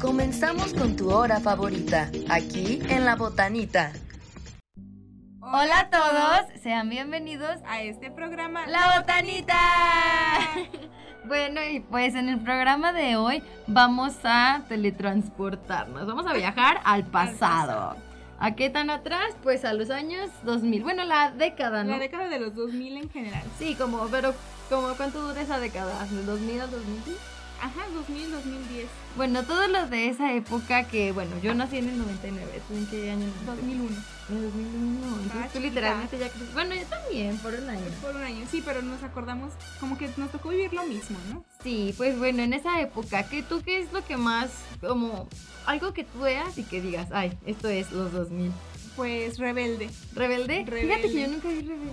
Comenzamos con tu hora favorita, aquí en La Botanita. Hola a todos, sean bienvenidos a a este programa. La Botanita. Bueno, y pues en el programa de hoy vamos a teletransportarnos, vamos a viajar al pasado. ¿A qué tan atrás? Pues a los años 2000, bueno, la década, ¿no? La década de los 2000 en general. Sí, como, pero como cuánto dura esa década, del 2000 al 2010. Ajá, 2000, 2010, Bueno, todos los de esa época que, bueno, yo nací en el 99, ¿tú en qué año? naciste? 2001. En el 2001, entonces tú Ah, chiquita. literalmente ya crecí. Bueno, yo también, por un año. Por un año, sí, pero nos acordamos como que nos tocó vivir lo mismo, ¿no? Sí, pues bueno, en esa época, ¿qué tú qué es lo que más, como, algo que tú veas y que digas, ay, esto es los 2000? Pues rebelde. ¿Rebelde? Fíjate que Rebelde. yo nunca vi Rebelde.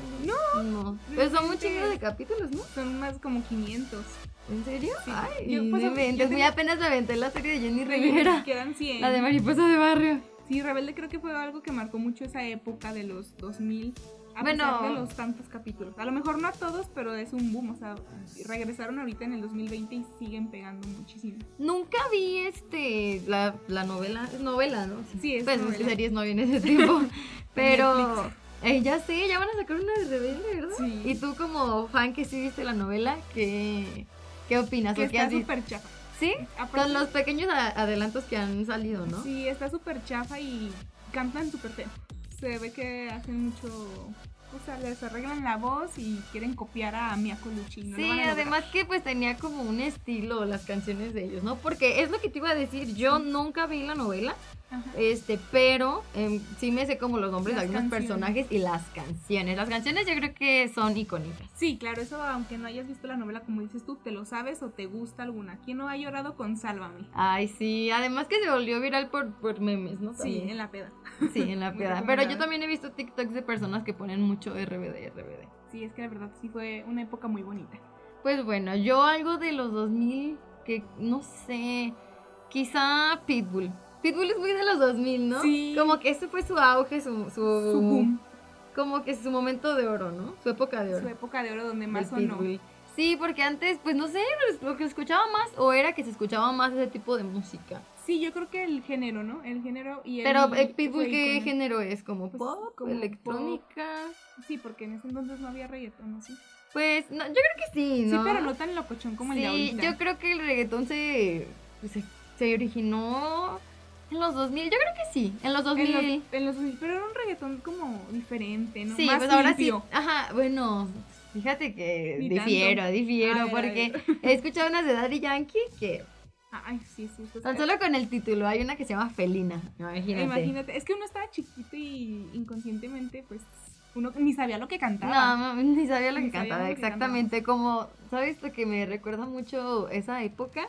No. No. Pues son muchos Rebelde. de capítulos, ¿no? Son más como 500. ¿En serio? Sí. Ay, Yo, pues, no yo inventes. tenía- Muy apenas me aventé la serie de Jenny Rivera. Que eran 100. La de Mariposa de Barrio. Sí, rebelde creo que fue algo que marcó mucho esa época de los 2000. A Bueno. pesar de los tantos capítulos. A lo mejor no a todos, pero es un boom. O sea, regresaron ahorita en el 2020 y siguen pegando muchísimo. Nunca vi este la, la novela, es novela, ¿no? Sí, es Pues novela. series no vi en ese tiempo, pero Netflix. eh, ya sé, ya van a sacar una de Rebelde, ¿verdad? Sí. Y tú como fan que sí viste la novela, ¿qué, qué opinas Que o qué has está visto? súper chafa. Sí, Aparte- con los pequeños a- adelantos que han salido, ¿no? Sí, está súper chafa y cantan súper feo. Se ve que hacen mucho... O sea, les arreglan la voz y quieren copiar a Mia Colucci. no lo Sí, van a lograr. además que pues tenía como un estilo las canciones de ellos, ¿no? Porque es lo que te iba a decir, yo nunca vi la novela, Ajá. este, pero em, sí me sé como los nombres de Las algunos canciones. personajes y las canciones. Las canciones yo creo que son icónicas. Sí, claro, eso aunque no hayas visto la novela, como dices tú, te lo sabes o te gusta alguna. ¿Quién no ha llorado con Sálvame? Ay, sí, además que se volvió viral por, por memes, ¿no? Sí, en También. la peda. Sí, en la Muy peda. Pero yo recomendable. también he visto TikToks de personas que ponen mucho RBD, RBD. Sí, es que la verdad sí fue una época muy bonita. Pues bueno, yo algo de los 2000 que no sé, quizá Pitbull. Pitbull es muy de los 2000, ¿no? Sí. Como que ese fue su auge, su, su, Su boom, como que su momento de oro, ¿no? Su época de oro. su época de oro donde del más sonó. Pitbull. Sí, porque antes, pues no sé, lo que escuchaba más o era que se escuchaba más ese tipo de música. Sí, yo creo que el género, ¿no? El género y el... Pero eh, fue Pitbull, ¿qué icono. género es? ¿Como Pues, pop? como ¿Electrónica? Sí, porque en ese entonces no había reggaetón, ¿no? Sí, Pues, no, yo creo que sí, ¿no? sí pero no tan locochón como el de Sí, ahorita. yo creo que el reggaetón se, pues, se, se originó en los 2000, yo creo que sí, en los 2000. En los, en los 2000, pero era un reggaetón como diferente, ¿no? sí, Más pues ahora limpio. sí. Ajá, bueno, fíjate que Ni Ah, difiero, difiero, A ver, a porque ver. he escuchado unas de Daddy Yankee que Ay, sí, sí. pues, tan eh, solo con el título hay una que se llama Felina, imagínate. Imagínate, es que uno estaba chiquito y inconscientemente, pues, uno ni sabía lo que cantaba. No, no, ni sabía lo Ni que sabía cantaba, lo que cantaba. exactamente. Como, ¿sabes lo que me recuerda mucho esa época?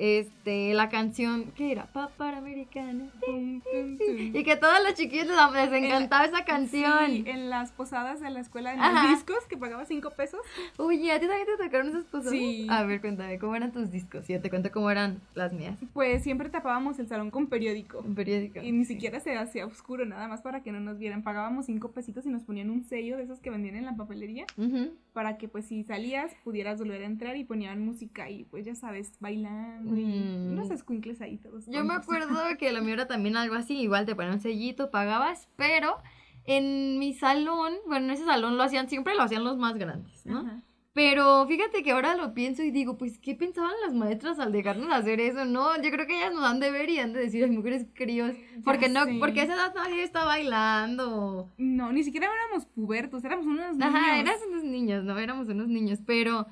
Este, la canción que era Papá Americana. Tum, tum, tum. Y que a todas las chiquillas les, les encantaba esa canción. Sí, en las posadas de la escuela, en Ajá. los discos, que pagaba cinco pesos. Oye, ¿a ti también te tocaron esas cosas? Sí. A ver, cuéntame, ¿cómo eran tus discos? Yo te cuento cómo eran las mías. Pues siempre tapábamos el salón con periódico. Un periódico. Y ni siquiera se hacía oscuro, nada más para que no nos vieran. Pagábamos cinco pesitos y nos ponían un sello de esos que vendían en la papelería. Ujú. para que pues si salías pudieras volver a entrar y ponían música y pues ya sabes, bailando y Mm. unos escuincles ahí todos. Yo me tontos. acuerdo que la mía era también algo así, igual te ponían un sellito, pagabas, pero en mi salón, bueno, en ese salón lo hacían, siempre lo hacían los más grandes, ¿no? Ajá. Pero fíjate que ahora lo pienso y digo, pues, ¿qué pensaban las maestras al dejarnos hacer eso? No, yo creo que ellas nos han de ver y han de decir, ay, mujeres críos, porque no, sé. porque a esa edad nadie está bailando. No, ni siquiera éramos pubertos, éramos unos niños. Ajá, eras unos niños, no éramos unos niños, pero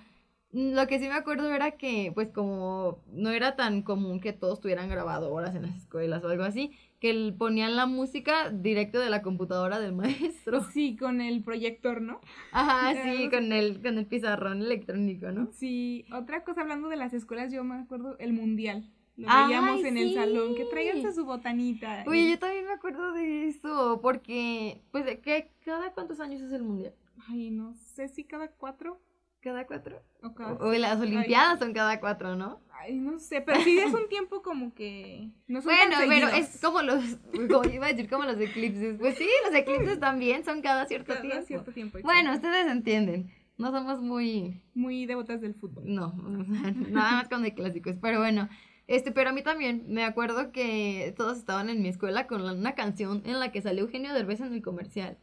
mm, lo que sí me acuerdo era que, pues, como no era tan común que todos tuvieran grabadoras en las escuelas o algo así, que l- ponían la música directo de la computadora del maestro. Sí, con el proyector, ¿no? Ajá, Era sí, algo con el, con el pizarrón electrónico, ¿no? Sí, otra cosa hablando de las escuelas, yo me acuerdo el mundial. Lo Ay, veíamos en el sí. salón, que tráiganse su botanita. Oye, y- yo también me acuerdo de eso, porque, pues, ¿de qué? ¿Cada cuántos años es el mundial? Ay, no sé si cada cuatro ¿Cada cuatro? o cada... O, o las olimpiadas son cada cuatro, ¿no? Ay, no sé, pero sí es un tiempo como que... No son tan Bueno, pero seguidos. es como los, como iba a decir, como los eclipses. Pues sí, los eclipses también son cada cierto Cada tiempo. cierto tiempo. exacto. Bueno, ustedes entienden. No somos muy, Muy devotas del fútbol. no, nada más con de clásicos, pero bueno. Este, pero a mí también me acuerdo que todos estaban en mi escuela con la- una canción en la que salió Eugenio Derbez en el comercial,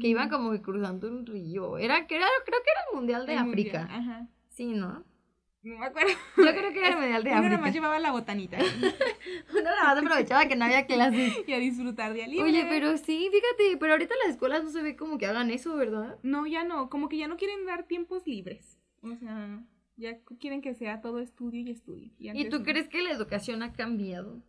que Ay, iban como que cruzando un río. Era que era creo que era el Mundial de el mundial, África. Ajá. Sí, ¿no? No me acuerdo. Yo creo que era el Mundial de Yo nada más África. llevaba la botanita Uno nada más aprovechaba que no había clases. y a disfrutar de alivio. Oye, pero sí, fíjate, pero ahorita las escuelas no se ve como que hagan eso, ¿verdad? No, ya no, como que ya no quieren dar tiempos libres. O sea, ya quieren que sea todo estudio y estudio. ¿Y antes tú no. crees que la educación ha cambiado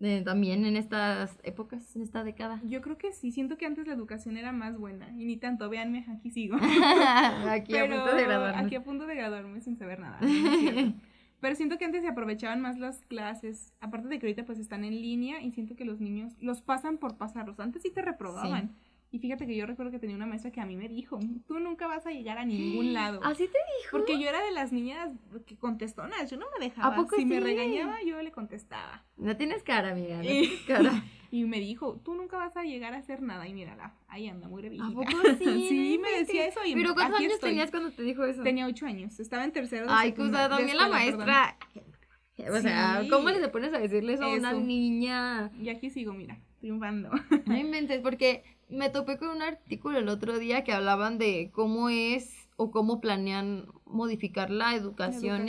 eh, también en estas épocas, en esta década? Yo creo que sí, siento que antes la educación era más buena. Y ni tanto, véanme, aquí sigo. aquí a Pero punto de graduarnos. Aquí a punto de graduarme sin saber nada. no es cierto. Pero siento que antes se aprovechaban más las clases. Aparte de que ahorita pues están en línea y siento que los niños los pasan por pasarlos. Antes sí te reprobaban. Y fíjate que yo recuerdo que tenía una maestra que a mí me dijo, tú nunca vas a llegar a ningún lado. ¿Así te dijo? Porque yo era de las niñas que contestonas, yo no me dejaba. ¿A poco si me sí? regañaba, yo le contestaba. No tienes cara, amiga. No Y- tienes cara. Y me dijo, tú nunca vas a llegar a hacer nada. Y mírala, ahí anda, muy ¿A viejita. poco sí? sí, No me decía inventes. eso. Y ¿Pero cuántos aquí años estoy. tenías cuando te dijo eso? Tenía ocho años, estaba en tercero de Ay, pues secundaria- de también la escuela, perdón. maestra. O sea, Sí. ¿cómo le te pones a decirle eso a una Eso. niña? Y aquí sigo, mira, triunfando. No inventes, porque me topé con un artículo el otro día que hablaban de cómo es o cómo planean modificar la educación,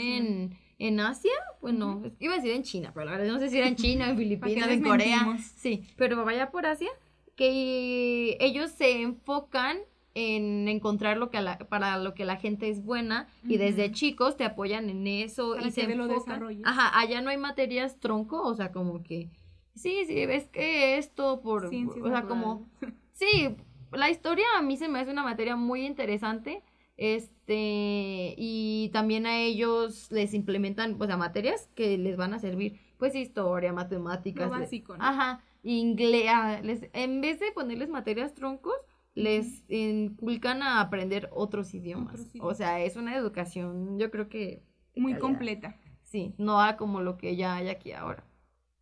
educación. En, en Asia. Bueno, Ujú. es- iba a decir en China, pero la verdad no sé si era en China, en Filipinas, les en Corea. mentimos? Sí, pero vaya por Asia, que ellos se enfocan en encontrar lo que a la- para lo que la gente es buena y desde Ujú. chicos te apoyan en eso Para y se que lo enfocan. desarrolles. Ajá, allá no hay materias tronco, o sea, como que sí, sí, ves que esto por Ciencias o sea, como sí, la historia a mí se me hace una materia muy interesante. Este, y también a ellos les implementan, pues, a materias que les van a servir, pues, historia, matemáticas, Lo le- básico, ¿no? Ajá, inglés. ah, les- en vez de ponerles materias troncos, les inculcan a aprender otros idiomas. Otros O sea, es una educación, yo creo que... de Muy calidad. completa. Sí, no a como lo que ya hay aquí ahora.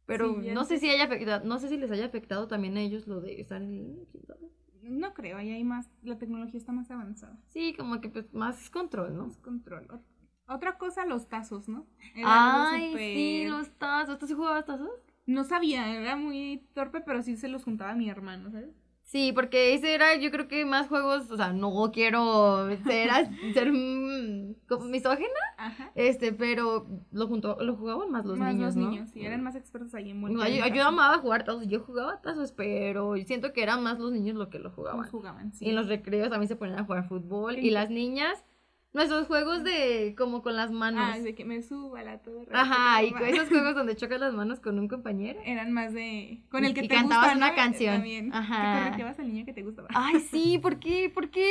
Pero Sí, ya no sé si haya afectado, no sé si les haya afectado también a ellos lo de estar en línea, quién sabe. No creo, ahí hay más, la tecnología está más avanzada. Sí, como que pues, más control, ¿no? Más control. Ot- Otra cosa, los tazos, ¿no? Era algo Ay, sí, súper- los tazos. ¿Tú sí jugabas tazos? No sabía, era muy torpe, pero sí se los juntaba a mi hermano, ¿sabes? Sí, porque ese era, yo creo que más juegos, o sea, no quiero ser, as- ser mm, como misógino, Ajá. Este, pero lo, junto, lo jugaban más los más los niños, ¿no? niños, sí, eran más expertos ahí en No, voltear yo, el yo tazo. amaba jugar tazos, yo jugaba tazos, pero siento que eran más los niños lo que lo Los jugaban. jugaban, sí. Y en los recreos también se ponían a jugar fútbol. Sí. Y las niñas, nuestros juegos de como con las manos. Ah, de que me suba la torre. Ajá, y que con esos juegos donde chocas las manos con un compañero. eran más de con el que Y te cantabas gusta, una ¿no? canción. También, Ajá. que correteabas al niño que te gustaba. Ay, sí, ¿por qué? ¿Por qué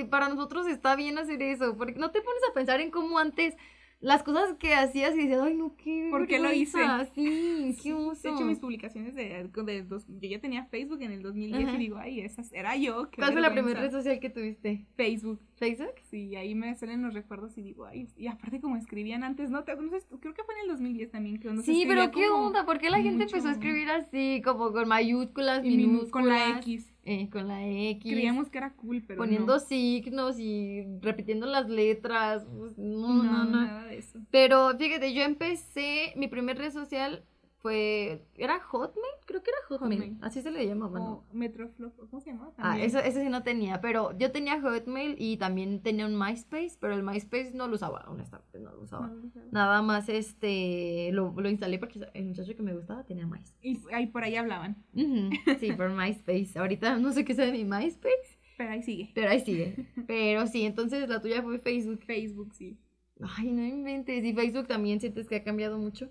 Eh, para nosotros está bien hacer eso? Porque no te pones a pensar en cómo antes las cosas que hacías y decías, ay, no, qué. ¿Por qué lo hice? vergüenza, Sí, qué oso. De hecho, mis publicaciones de, de dos- yo ya tenía Facebook en el 2010 Ajá. y digo, ay, esas era yo. qué ¿Cuál fue la primera vergüenza". red social que tuviste? Facebook. ¿Facebook? Sí, ahí me salen los recuerdos y digo, ay, y aparte como escribían antes, no, te, no sé, creo que fue en el 2010 también que uno se sí, pero escribía ¿qué como- onda? ¿Por qué la gente empezó a mucho- escribir así, como con mayúsculas, y minu- minúsculas? con la X. eh, con la X. Creíamos que era cool, pero poniendo no. signos y repitiendo las letras. pues, No, no, no. no. nada de eso. Pero fíjate, yo empecé, mi primer red social fue, ¿era Hotmail? Creo que era Hotmail, Hotmail. así se le llamaba, ¿no? O Metroflop, ¿cómo se llamaba? Ah, También. eso, eso sí no tenía, pero yo tenía Hotmail y también tenía un MySpace, pero el MySpace no lo usaba, honestamente no lo usaba. No, no sé. Nada más este, lo, lo instalé porque el muchacho que me gustaba tenía MySpace. Y ahí por ahí hablaban, Ujú, Sí, por MySpace. Ahorita no sé qué sea de mi MySpace, pero ahí sigue. pero ahí sigue. Pero sí, entonces la tuya fue Facebook. Facebook, sí. Ay, no inventes. ¿Y Facebook también sientes que ha cambiado mucho?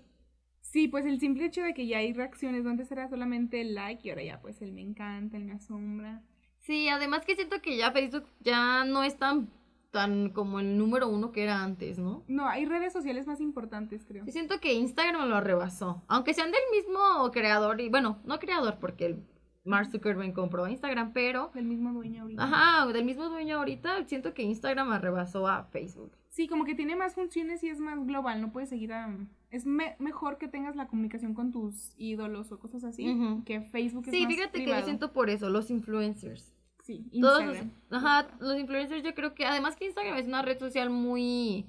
Sí, pues el simple hecho de que ya hay reacciones, donde antes era solamente el like y ahora ya pues el me encanta, el me asombra. Sí, además que siento que ya Facebook ya no es tan, tan como el número uno que era antes, ¿no? No, hay redes sociales más importantes, creo. Yo siento que Instagram lo rebasó, aunque sean del mismo creador y bueno, no creador porque el Mark Zuckerberg compró Instagram, pero Del mismo dueño ahorita. ajá, del mismo dueño ahorita siento que Instagram arrebasó a Facebook. Sí, como que tiene más funciones y es más global, no puedes seguir a... Es me- mejor que tengas la comunicación con tus ídolos o cosas así, Ujú. que Facebook es Sí, más fíjate que yo privado. siento por eso, los influencers. Sí, Todos los, Instagram. ajá, los influencers yo creo que además que Instagram es una red social muy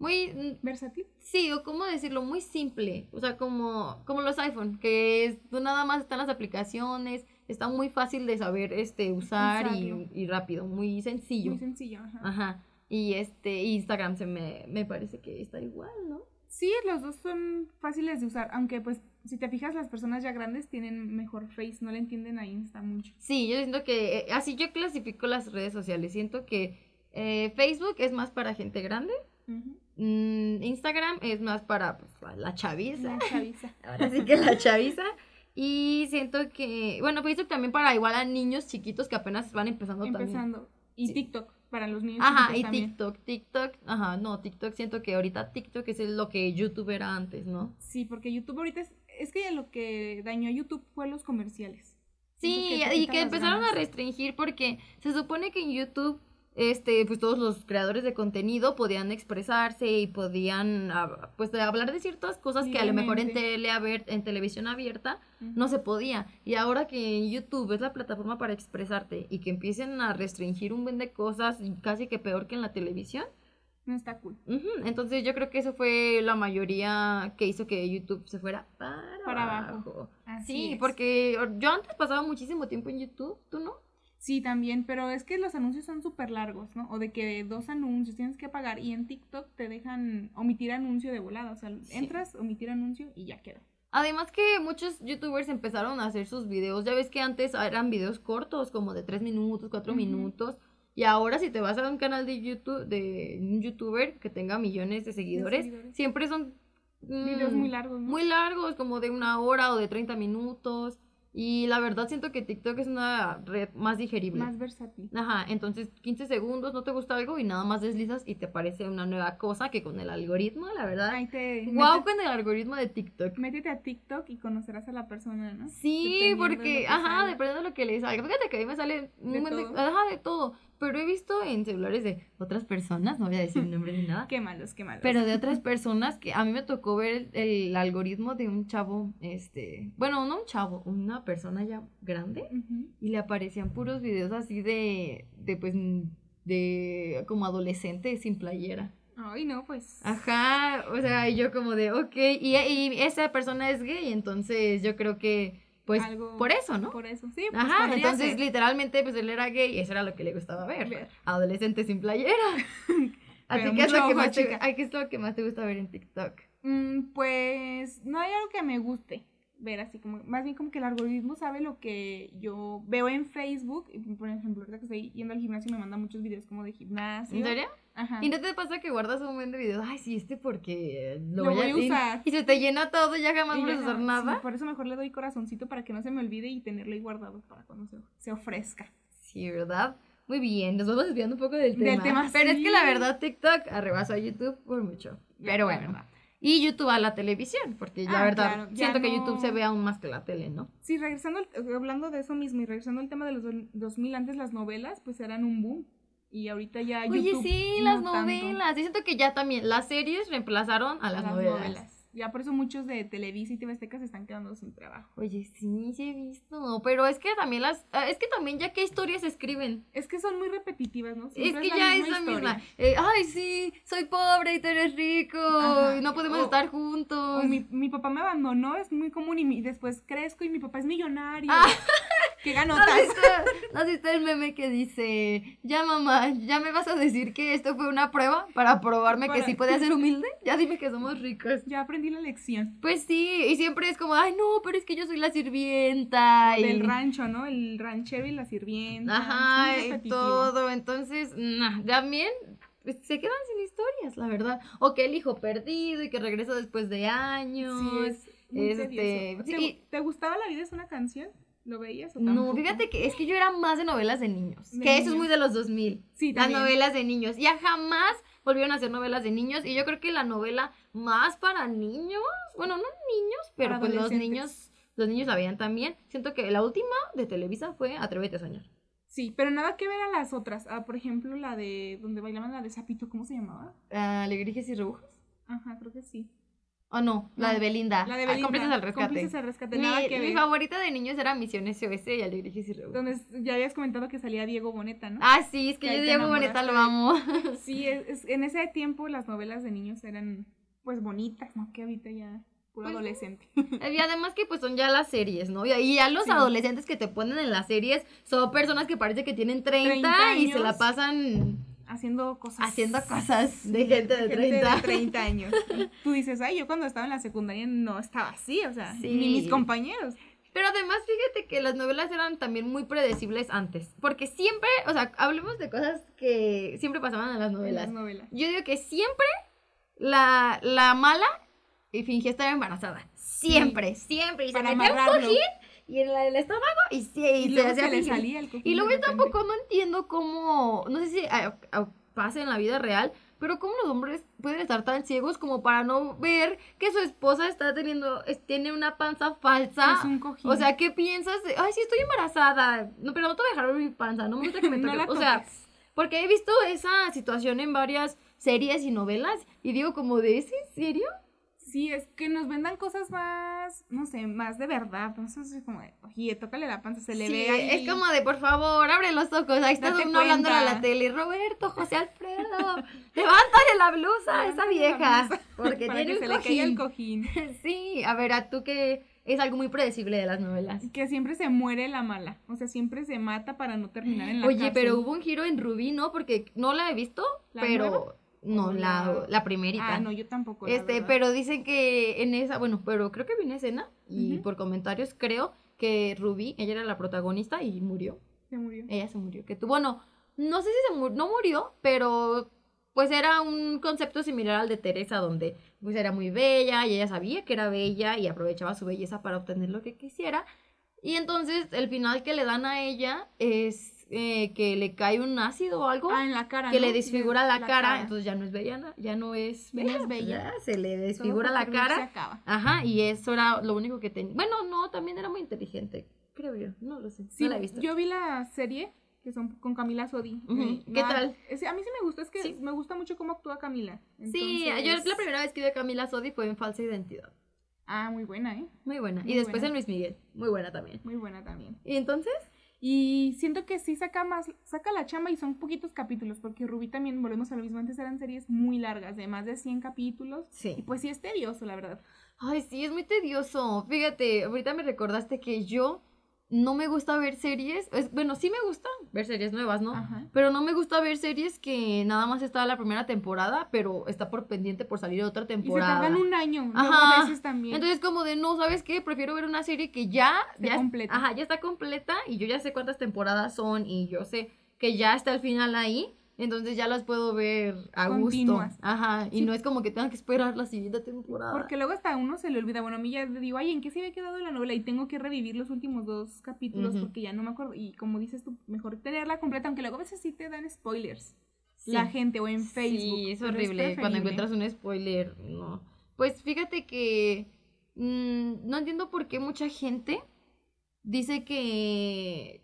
muy, mm, Versátil. sí, o cómo decirlo, muy simple. O sea, como, como los iPhone, que es- tú nada más están las aplicaciones, está muy fácil de saber este, usar y, Usarlo. y rápido, muy sencillo. Muy sencillo, ajá. Ajá. Y este, Instagram se me, me parece que está igual, ¿no? Sí, los dos son fáciles de usar, aunque pues si te fijas las personas ya grandes tienen mejor face, no le entienden a Insta mucho. Sí, yo siento que eh, así yo clasifico las redes sociales. Siento que eh, Facebook es más para gente grande, mm, Instagram es más para pues, para la chaviza, La chaviza. ahora sí que la chaviza. Y siento que, bueno, Facebook también para igual a niños chiquitos que apenas van empezando, también. Empezando. Y Sí. TikTok para los niños. Ajá, chiquitos y también. TikTok, TikTok, ajá, no, TikTok siento que ahorita TikTok es lo que YouTube era antes, ¿no? Sí, porque YouTube ahorita es, es que lo que dañó a YouTube fue los comerciales. Siento Sí, eso y quita que las empezaron ganas. a restringir porque se supone que en YouTube, este, pues todos los creadores de contenido podían expresarse y podían, ah, pues, de hablar de ciertas cosas que a lo mejor en Libremente. tele abier- en televisión abierta Ujú. no se podía. Y ahora que en YouTube es la plataforma para expresarte y que empiecen a restringir un buen de cosas, y casi que peor que en la televisión. No está cool. ujú, Entonces yo creo que eso fue la mayoría que hizo que YouTube se fuera para, Para abajo. abajo. Así Sí, es. porque yo antes pasaba muchísimo tiempo en YouTube, ¿tú no? Sí, también, pero es que los anuncios son súper largos, ¿no? O de que dos anuncios tienes que pagar y en TikTok te dejan omitir anuncio de volada. O sea, entras, omitir anuncio y ya queda. Además que muchos youtubers empezaron a hacer sus videos, ya ves que antes eran videos cortos, como de 3 minutos, 4 Ujú. minutos, y ahora si te vas a un canal de YouTube, de un youtuber que tenga millones de seguidores, seguidores. siempre son mm, Videos muy largos, ¿no? muy largos, como de una hora o de 30 minutos, y la verdad siento que TikTok es una red más digerible. Más versátil. Ajá, entonces 15 segundos, no te gusta algo y nada más deslizas y te parece una nueva cosa que con el algoritmo, la verdad. Ahí te. Wow, métete, con el algoritmo de TikTok. métete a TikTok y conocerás a la persona, ¿no? Sí, Dependiendo de lo porque, que ajá, salga. dependiendo de lo que le salga. Fíjate que a mí me sale un De buen de- todo. ajá, de todo. Pero he visto en celulares de otras personas, no voy a decir nombres ni nada, Qué malos, qué malos. pero de otras personas que a mí me tocó ver el, el algoritmo de un chavo, este, bueno, no un chavo, una persona ya grande Ujú. y le aparecían puros videos así de, de pues, de como adolescente sin playera. Ay, no, pues. Ah, Ajá, o sea, y yo como de, ok, y, y esa persona es gay, entonces yo creo que, pues, Algo por eso, ¿no? Por eso, sí. pues, Ajá, podría entonces ser. literalmente, pues él era gay y eso era lo que le gustaba ver. Ver. Adolescente sin playera. Así Pero que es, mucho lo que ojo, más te, chica. ay, ¿qué es lo que más te gusta ver en TikTok. Mm, pues no hay algo que me guste ver así como más bien como que el algoritmo sabe lo que yo veo en Facebook y, por ejemplo ahorita que estoy yendo al gimnasio me manda muchos videos como de gimnasio ¿En serio? ajá ¿Y no te pasa que guardas un buen de videos? Ay, sí, este porque eh, lo, Lo voy, voy a a usar. Y se te llena todo y ya jamás Y vuelves ya, a usar sí, nada. por eso mejor le doy corazoncito para que no se me olvide y tenerlo ahí guardado para cuando se, se ofrezca Sí, ¿verdad? Muy bien, nos vamos desviando un poco del Del tema. tema, pero es sí. que la verdad TikTok arrebasó a YouTube por mucho. Pero la bueno. verdad. Y YouTube a la televisión, porque la Ah, verdad claro, ya siento que no- YouTube se ve aún más que la tele, ¿no? sí regresando al- eh, hablando de eso mismo y regresando al tema de los do- 2000 antes las novelas pues eran un boom y ahorita ya Oye, YouTube sí, no las tanto. novelas. Yo siento que ya también las series reemplazaron a las, novelas. Ya por eso muchos de Televisa y TV Azteca se están quedando sin trabajo. Oye, sí, sí he visto. Pero es que también las. ah, Es que también ya qué historias escriben. Es que son muy repetitivas, ¿no? Siempre es que ya es la historia. misma. Eh, Ay, sí, soy pobre y tú eres rico. Ajá. y No podemos O- estar O juntos. mi, mi papá me abandonó, es muy común y mi- después crezco y mi papá es millonario. Ah. ¿Qué ¿No has, ganotas? visto, no has visto el meme que dice, ya mamá, ya me vas a decir que esto fue una prueba para probarme Para- que sí podía ser humilde? Ya dime que somos ricos. Ya aprendí la lección. Pues sí, y siempre es como, ay no, pero es que yo soy la sirvienta. y- Del rancho, ¿no? El ranchero y la sirvienta. Ajá, Es muy y repetitivo. todo. Entonces, nah, también pues, se quedan sin historias, la verdad. O que el hijo perdido y que regresa después de años. Sí, es muy Este, tedioso. ¿Te, sí. te gustaba La vida es una canción? ¿Lo veías o No, tampoco? fíjate que es que yo era más de novelas de niños. De que eso es muy de los 2000. Sí, las también. novelas de niños. Ya jamás volvieron a hacer novelas de niños. Y yo creo que la novela más para niños, bueno, no niños, pero Para pues los adolescentes. niños, los niños la veían también. Siento que la última de Televisa fue Atrévete a soñar. Sí, pero nada que ver a las otras. Ah, por ejemplo, la de donde bailaban la de Zapito, ¿cómo se llamaba? Ah, Alegrías y rebujos. Ajá, creo que sí. Oh, no, la No, de Belinda. La de Ah, Belinda. Cómplices al rescate. Cómplices al rescate. Nada mi, que mi ver. favorita de niños era Misión SOS y Alegrías y Revueltas. Donde es- ya habías comentado que salía Diego Boneta, ¿no? Ah, sí, es que Que ahí yo te Diego Boneta lo amo. enamoraste Sí, es- es- en ese tiempo las novelas de niños eran pues bonitas, ¿no? Que ahorita ya puro Pues sí. adolescente. Y además que pues son ya las series, ¿no? Y- Y ya los Sí. adolescentes que te ponen en las series son personas que parece que tienen 30, 30 y se la años. pasan Haciendo cosas. haciendo cosas de gente de 30. de 30 años. Y tú dices, ay, yo cuando estaba en la secundaria no estaba así, o sea, Sí. ni mis compañeros. Pero además, fíjate que las novelas eran también muy predecibles antes. Porque siempre, o sea, hablemos de cosas que siempre pasaban en las En novelas. las novelas. Yo digo que siempre la, la mala y fingía estar embarazada. Siempre, siempre. Y se Para metía un amarrarlo. cojín y en la- el estómago y, sí, y Y se luego hacía se le fingir. salía el cojín Y luego de yo repente. tampoco no entiendo cómo, no sé si ah, ah, pasa en la vida real, pero cómo los hombres pueden estar tan ciegos como para no ver que su esposa está teniendo, es- tiene una panza falsa. Es un cojín. O sea, ¿qué piensas? de, Ay, sí, estoy embarazada. No, pero no te voy a dejar ver mi panza. No me gusta que me No toque. la o sea, toques. porque he visto esa situación en varias series y novelas. Y digo, como de, ¿es en serio? Sí, es que nos vendan cosas más, no sé, más de verdad. Entonces es como, de, oye, tócale la panza, se le Sí, ve ahí. es como "Ah, de, por favor, abre los ojos. Ahí está Date uno hablando a la cuenta. tele. Roberto, José Alfredo, levántale la blusa a esa Levántale la vieja. blusa Porque para tiene que un se le cojín. caiga el cojín. sí, a ver, a tú que es algo muy predecible de las novelas. Que siempre se muere la mala. O sea, siempre se mata para no terminar en la Oye, pero cárcel. Ah, hubo un giro en Rubí, ¿no? Porque no la he visto, ¿La pero no, ¿O la, la- la primerita. Ah, no, yo tampoco. la Este, verdad. pero dicen que en esa, bueno, pero creo que vi una escena y Ujú. por comentarios creo que Rubí, ella era la protagonista y murió. Se murió. Ella se murió. Que tú, bueno, no sé si se murió, no murió, pero pues era un concepto similar al de Teresa, donde pues era muy bella y ella sabía que era bella y aprovechaba su belleza para obtener lo que quisiera. Y entonces el final que le dan a ella es eh, que le cae un ácido o algo Ah, en la cara. que ¿no? le desfigura De- la, cara, entonces ya no es bella, ya no es Ya no es bella. ¿verdad? se le Todo desfigura por la Rubí Se cara. acaba. Ajá, y eso era lo único que tenía. Bueno, no, también era muy inteligente, creo yo, no lo sé, Sí, no la he visto. yo vi la serie que son con Camila Sodi. Ujú, Eh, ¿qué nada- tal? es- a mí sí me gusta, es que Sí. me gusta mucho cómo actúa Camila. sí, yo entonces- la primera vez que vi a Camila Sodi fue en Falsa Identidad, Ah, muy buena, ¿eh? muy buena, y Muy después buena. en Luis Miguel, muy buena también. Muy buena también. ¿Y entonces? Y siento que sí saca más, saca la chamba y son poquitos capítulos, porque Rubí también, volvemos a lo mismo, antes eran series muy largas, de más de 100 capítulos. Y Sí. pues sí es tedioso, la verdad. Ay, sí, es muy tedioso. Fíjate, ahorita me recordaste que yo no me gusta ver series, es- bueno, sí me gusta ver series nuevas, ¿no? Ajá. Pero no me gusta ver series que nada más está la primera temporada, pero está por pendiente por salir otra Y se temporada. tardan un año, luego Ajá. a veces también. Entonces como de, no, ¿sabes qué? Prefiero ver una serie que ya... Esté ya completa. Ajá, ya está completa y yo ya sé cuántas temporadas son y yo sé que ya está el final ahí. Entonces ya las puedo ver a Continuas. gusto. Ajá, y Sí. no es como que tengan que esperar la siguiente temporada. porque luego hasta a uno se le olvida. Bueno, a mí ya digo, ay, ¿en qué se había quedado la novela? Y tengo que revivir los últimos dos capítulos Ujú. porque ya no me acuerdo. Y como dices tú, mejor tenerla completa, aunque luego a veces sí te dan spoilers. Sí. La gente o en Facebook. Sí, es pero horrible preferible. cuando encuentras un spoiler, no. Pues fíjate que mm, no entiendo por qué mucha gente dice que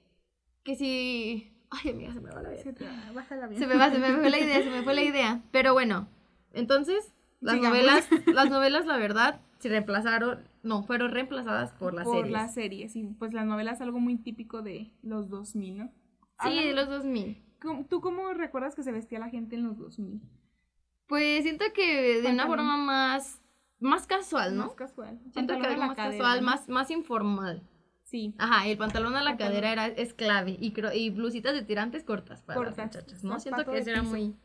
que si ay amiga se me va la idea. Se te va, bájala bien. Se me va, se me fue la idea, se me fue la idea. Pero bueno, entonces las Sigamos. novelas, las novelas la verdad se reemplazaron, no, fueron reemplazadas por las por series. las series. Y pues las novelas, algo muy típico de los 2000, ¿no? Sí, Háblame- de los 2000. ¿cómo- ¿Tú cómo recuerdas que se vestía la gente en los 2000? Pues siento que de una Cuéntame. forma más más casual, ¿no? Más casual. Siento que Pantalón a algo la más cadera, casual, ¿no? más, más informal. Sí. Ajá, y el pantalón a la Pantalón. cadera era, es clave. Y, cro- y blusitas de tirantes cortas para las Cortas. muchachas, ¿no? Zapato Siento que de eso era piso. muy...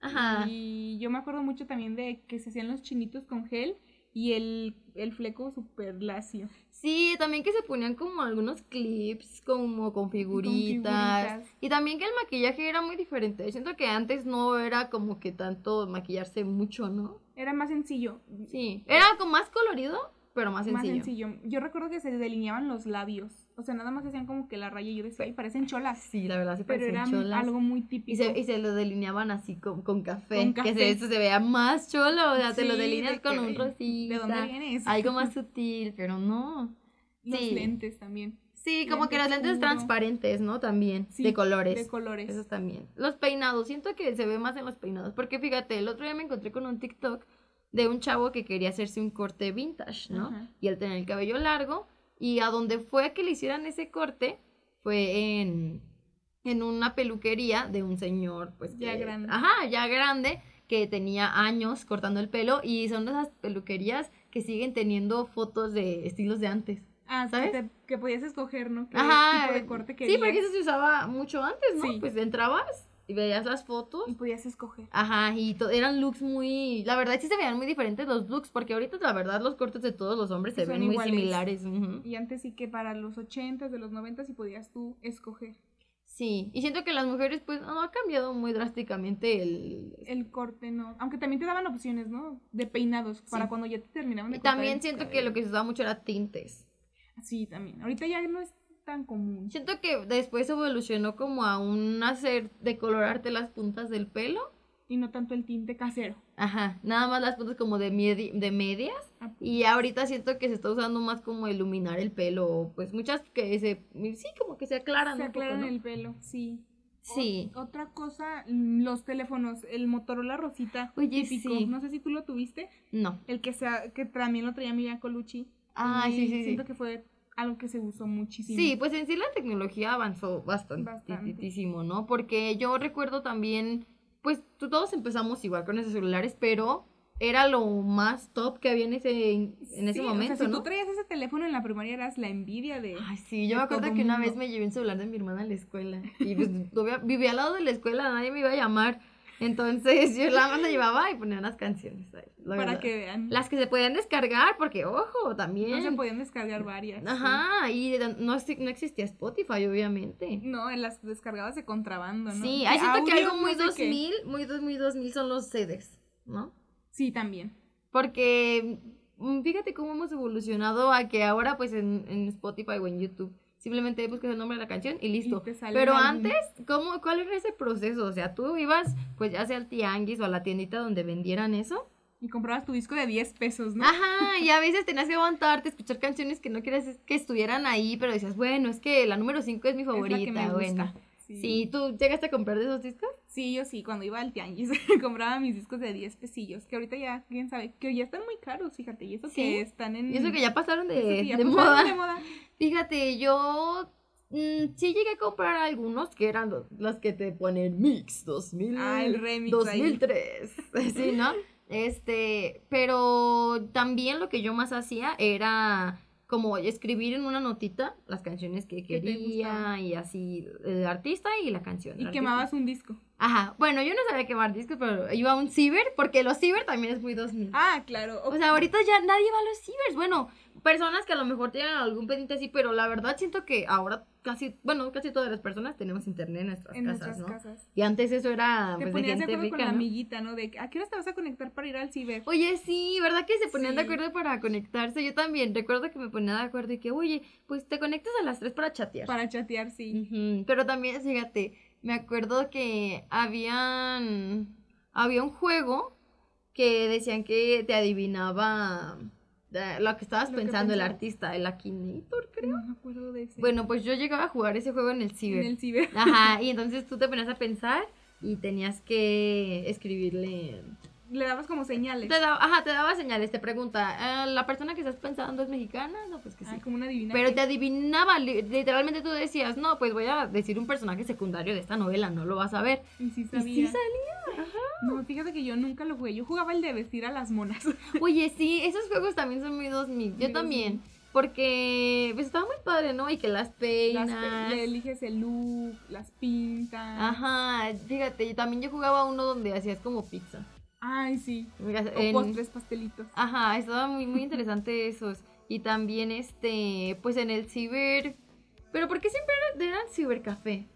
Ajá. Y yo me acuerdo mucho también de que se hacían los chinitos con gel y el, el fleco súper lacio. Sí, también que se ponían como algunos clips, como con figuritas. figuritas. Y también que el maquillaje era muy diferente. Siento que antes no era como que tanto maquillarse mucho, ¿no? Era más sencillo. Sí. Era con más colorido, pero más Pues Más sencillo. sencillo. Yo recuerdo que se delineaban los labios. O sea, nada más hacían como que la raya y yo decía, ay, parecen cholas. Sí, la verdad, se Pero parecían era cholas. algo muy Y típico. se, y se lo delineaban así con, con café, Con que se, café. eso se vea más cholo, o sea, te lo Sí, delineas de con que, un "Ay, rosita, ¿De dónde vienes? algo más sutil, pero no. Los sí. lentes también. Sí, como que las Lente lentes oscuro. transparentes, ¿no? También, Sí, de colores. De colores. Esos también. Los peinados, siento que se ve más en los peinados, porque fíjate, el otro día me encontré con un TikTok de un chavo que quería hacerse un corte vintage, ¿no? Ajá. Y él tenía el cabello largo y a donde fue a que le hicieran ese corte fue en, en una peluquería de un señor, pues... Ya que- grande. Ajá, ya grande, que tenía años cortando el pelo y son de esas peluquerías que siguen teniendo fotos de estilos de antes. Ah, ¿sabes? Que, te- que podías escoger, ¿no? ¿Qué Ajá. eh, tipo de corte sí, querías? porque eso se usaba mucho antes, ¿no? Sí. Pues entrabas y veías las fotos. Y podías escoger. Ajá, y to- eran looks muy... La verdad sí se veían muy diferentes los looks, porque ahorita la verdad los cortes de todos los hombres se Son ven muy iguales. similares. ujú. Y antes sí que para los 80s, de los 90s, y podías tú escoger Sí, y siento que las mujeres pues no ha cambiado muy drásticamente el... el corte, ¿no? Aunque también te daban opciones, ¿no? De peinados, para cuando ya te terminaban de Y cortar también el siento que cabello. lo que se usaba mucho era tintes. Sí, también. Ahorita ya no es tan común. Siento que después evolucionó como a un hacer decolorarte las puntas del pelo. Y no tanto el tinte casero. Ajá, nada más las puntas como de, miedi- de medias. Ah, Y ahorita siento que se está usando más como iluminar el pelo, pues muchas que se, sí, como que se aclaran Se un poco, aclaran ¿no? el pelo, sí. Sí. O- otra cosa, mm, los teléfonos, el Motorola Rosita. Oye, típico. sí. No sé si tú lo tuviste. No. El que, sea, que también lo traía Miriam Colucci. Ah, Y sí, sí, sí. Siento que fue algo que se usó muchísimo. Sí, pues en sí la tecnología avanzó bastante, Bastante. tantísimo, ¿no? Porque yo recuerdo también, pues tú- todos empezamos igual con esos celulares, pero era lo más top que había en ese, en ese Sí, o sea, momento, si ¿no? tú traías ese teléfono en la primaria, eras la envidia de. Ay, sí, yo de me acuerdo todo que una mundo. vez me llevé un celular de mi hermana a la escuela y pues todavía vivía al lado de la escuela, nadie me iba a llamar. Entonces yo la más la llevaba y ponía unas canciones ahí, la para verdad. que em, vean. Las que se podían descargar, porque ojo, no también. se podían descargar varias. Ajá, y de- no, exi- no existía Spotify, obviamente. sí. No, en las descargabas de contrabando, ¿no? Sí, De hay siento que audio, algo muy no sé qué. 2000, muy dos- muy 2000 son los CDs, ¿no? Sí, también. Porque mm, fíjate cómo hemos evolucionado a que ahora pues en, en Spotify o en YouTube simplemente buscas el nombre de la canción y listo. te sale Pero el álbum. antes, ¿cómo, ¿cuál era ese proceso? O sea, tú ibas pues ya sea al tianguis o a la tiendita donde vendieran eso. Y comprabas tu disco de 10 pesos, ¿no? Ajá, y a veces tenías que aguantarte, escuchar canciones que no querías que estuvieran ahí, pero decías, bueno, es que la número 5 es mi Es favorita, la que me gusta. bueno. Sí, ¿tú llegaste a comprar de esos discos? Sí, yo sí, cuando iba al tianguis compraba mis discos de 10 pesillos, que ahorita ya, quién sabe, que ya están muy caros, fíjate, y eso Sí. que están en... Y eso que ya pasaron Mm. eso de, que ya de pasaron moda. de moda. Fíjate, yo mm, sí llegué a comprar algunos que eran los, las que te ponen Mix 2000, Ah, el remix ahí. 2003, sí, ¿no? Este, pero también lo que yo más hacía era como escribir en una notita las canciones que Que te quería gustaban. y así el artista y la canción. el Y artista. quemabas un disco. Ajá, bueno, yo no sabía quemar discos, pero iba a un ciber porque los ciber también es muy 2000. Ah, claro. O sea, ahorita ya nadie va a los cibers. Bueno, personas que a lo mejor tienen algún pendiente así, pero la verdad siento que ahora casi, bueno, casi todas las personas tenemos internet en nuestras en casas, nuestras ¿no? casas. Y antes eso era Te pues, de ponías de gente acuerdo rica, con la ¿no? amiguita, ¿no? De a qué hora te vas a conectar para ir al ciber. Oye, sí, ¿verdad que se ponían de Sí. acuerdo para conectarse? Yo también recuerdo que me ponía de acuerdo y que, oye, pues te conectas a las 3 para chatear. Para chatear, sí. Ujú, Pero también, fíjate, me acuerdo que habían, había un juego que decían que te adivinaba eh, lo que estabas Lo que pensando el pensaba. artista, el Akinator, creo. No me acuerdo de ese. Bueno, pues yo llegaba a jugar ese juego en el ciber. en el ciber. Ajá, y entonces tú te ponías a pensar y tenías que escribirle... Le dabas como señales. Te daba, ajá, te daba señales, te pregunta, "Ah, ¿la persona que estás pensando es mexicana? No, pues que sí. Ah, como una divina. Pero te adivinaba, li- literalmente tú decías, no, pues voy a decir un personaje secundario de esta novela, no lo vas a ver. Y sí Y sí sabía. salía. No, fíjate que yo nunca lo jugué. Yo jugaba el de vestir a las monas. Oye, sí, esos juegos también son muy 2000. Yo Muy también. Porque pues estaba muy padre, ¿no? Y que las Las peinas. pe- le eliges el look, las pintas. Ajá, fíjate, y también yo jugaba uno donde hacías como pizza. Ay, sí. O En- Ah. postres, pastelitos. Ajá, estaba muy, muy interesante esos. Y también este, pues en el ciber. Pero ¿por qué siempre era- eran cibercafé?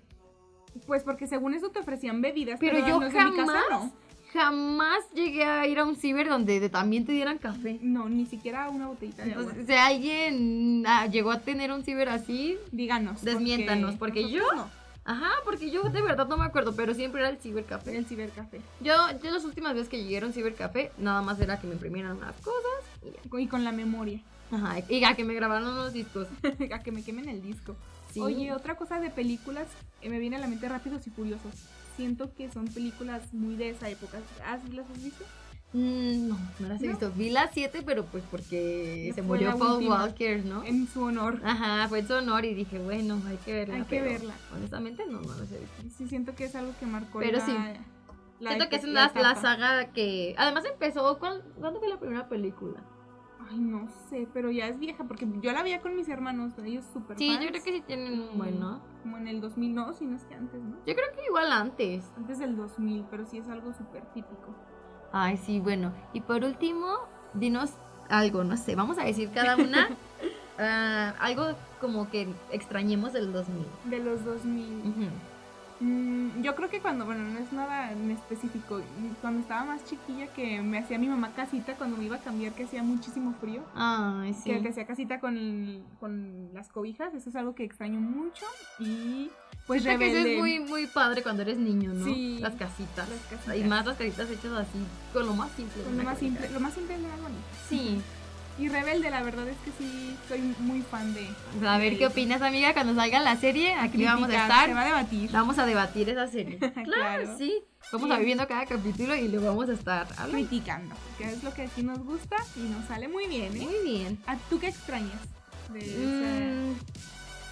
Pues porque según eso te ofrecían bebidas. Pero yo no sé, en mi casa jamás- Jamás llegué a ir a un ciber donde de- también te dieran café. no. No, ni siquiera una botellita de agua. Entonces, si alguien ah, llegó a tener un ciber así, Díganos. Desmiéntanos, porque nosotros ajá, porque yo de verdad no me acuerdo, pero siempre era el no. cibercafé. El cibercafé. Yo, yo las últimas veces que llegué a un cibercafé, nada más era que me imprimieran unas cosas, Y con la memoria. ajá, y a que me grabaran unos discos. a que me quemen el disco. Sí. Oye, otra cosa de películas eh, me viene a la mente Rápidos y Furiosos. Siento que son películas muy de esa época. ¿Has, Ah, ¿Las has visto? Mm, no, no las he No. visto. Vi las siete, pero pues porque No se fue murió la Paul última. Walker, ¿no? En su honor. Ajá, fue su honor y dije, bueno, hay que verla. Hay que pero verla. Honestamente, no, no las he visto. Sí, siento que es algo que marcó Pero la- sí. la Siento epo- que es una, la etapa. saga que. Además empezó. ¿cuál- ¿Cuándo fue la primera película? Ay, no sé, pero ya es vieja, porque yo la veía con mis hermanos, ellos súper Sí, yo fans, creo que sí tienen un buen, ¿no? Como en el 2000, no, si no es que antes, ¿no? Yo creo que igual antes. Antes del 2000, pero sí es algo súper típico. Ay, sí, bueno. Y por último, dinos algo, no sé. Vamos a decir cada una ah, algo como que extrañemos del 2000. De los 2000. Ujú. Mm, yo creo que cuando, bueno, no es nada en específico, cuando estaba más chiquilla que me hacía mi mamá casita cuando me iba a cambiar, que hacía muchísimo frío. Ay, sí. que, que hacía casita con, con las cobijas, eso es algo que extraño mucho y pues Siento que eso rebelde. es muy, muy padre cuando eres niño, ¿no? Sí. Las casitas. Las casitas. Y más las casitas hechas así, con lo más simple. de Con lo una más cobija. simple, lo más simple es lo más bonito. Sí. Y rebelde, la verdad es que sí, soy muy fan de. A ver qué opinas, amiga, cuando salga la serie. Aquí vamos a criticar, estar. Se va a debatir. Vamos a debatir esa serie. claro, Claro. sí. Vamos Sí. a ir viendo cada capítulo y lo vamos a estar hablando. Criticando, que es lo que aquí nos gusta y nos sale muy bien, ¿eh? Muy bien. ¿A tú qué extrañas? De esa Mm,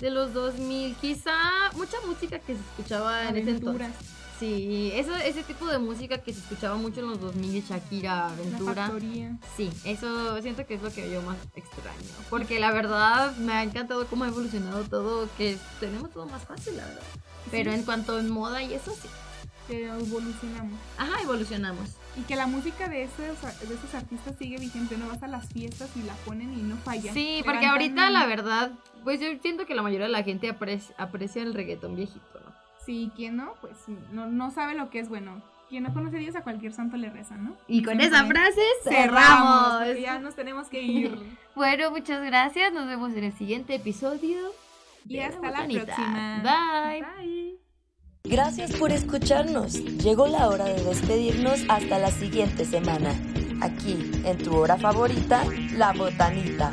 de los 2000, quizá mucha música que se escuchaba en ese aventura, entonces. Sí, eso, ese tipo de música que se escuchaba mucho en los 2000, Shakira, la Aventura. factoría. Sí, eso siento que es lo que yo más extraño. Porque la verdad me ha encantado cómo ha evolucionado todo, que tenemos todo más fácil, la verdad. Pero Sí. en cuanto en moda y eso, sí. Que evolucionamos. Ajá, evolucionamos. Y que la música de esos, de esos artistas sigue vigente, no vas a las fiestas y la ponen y no falla. Sí, porque Levantan- ahorita la verdad, pues yo siento que la mayoría de la gente aprecia, aprecia el reggaetón viejito, ¿no? Sí, quien no, pues no, no sabe lo que es bueno. Quien no conoce a Dios a cualquier santo le reza, ¿no? Y con Siempre esa frase cerramos. porque Ya cerramos. nos tenemos que ir. Bueno, muchas gracias. Nos vemos en el siguiente episodio. y de hasta la Botanita. próxima. Bye. Bye. Gracias por escucharnos. Llegó la hora de despedirnos hasta la siguiente semana. Aquí, en tu hora favorita, La Botanita.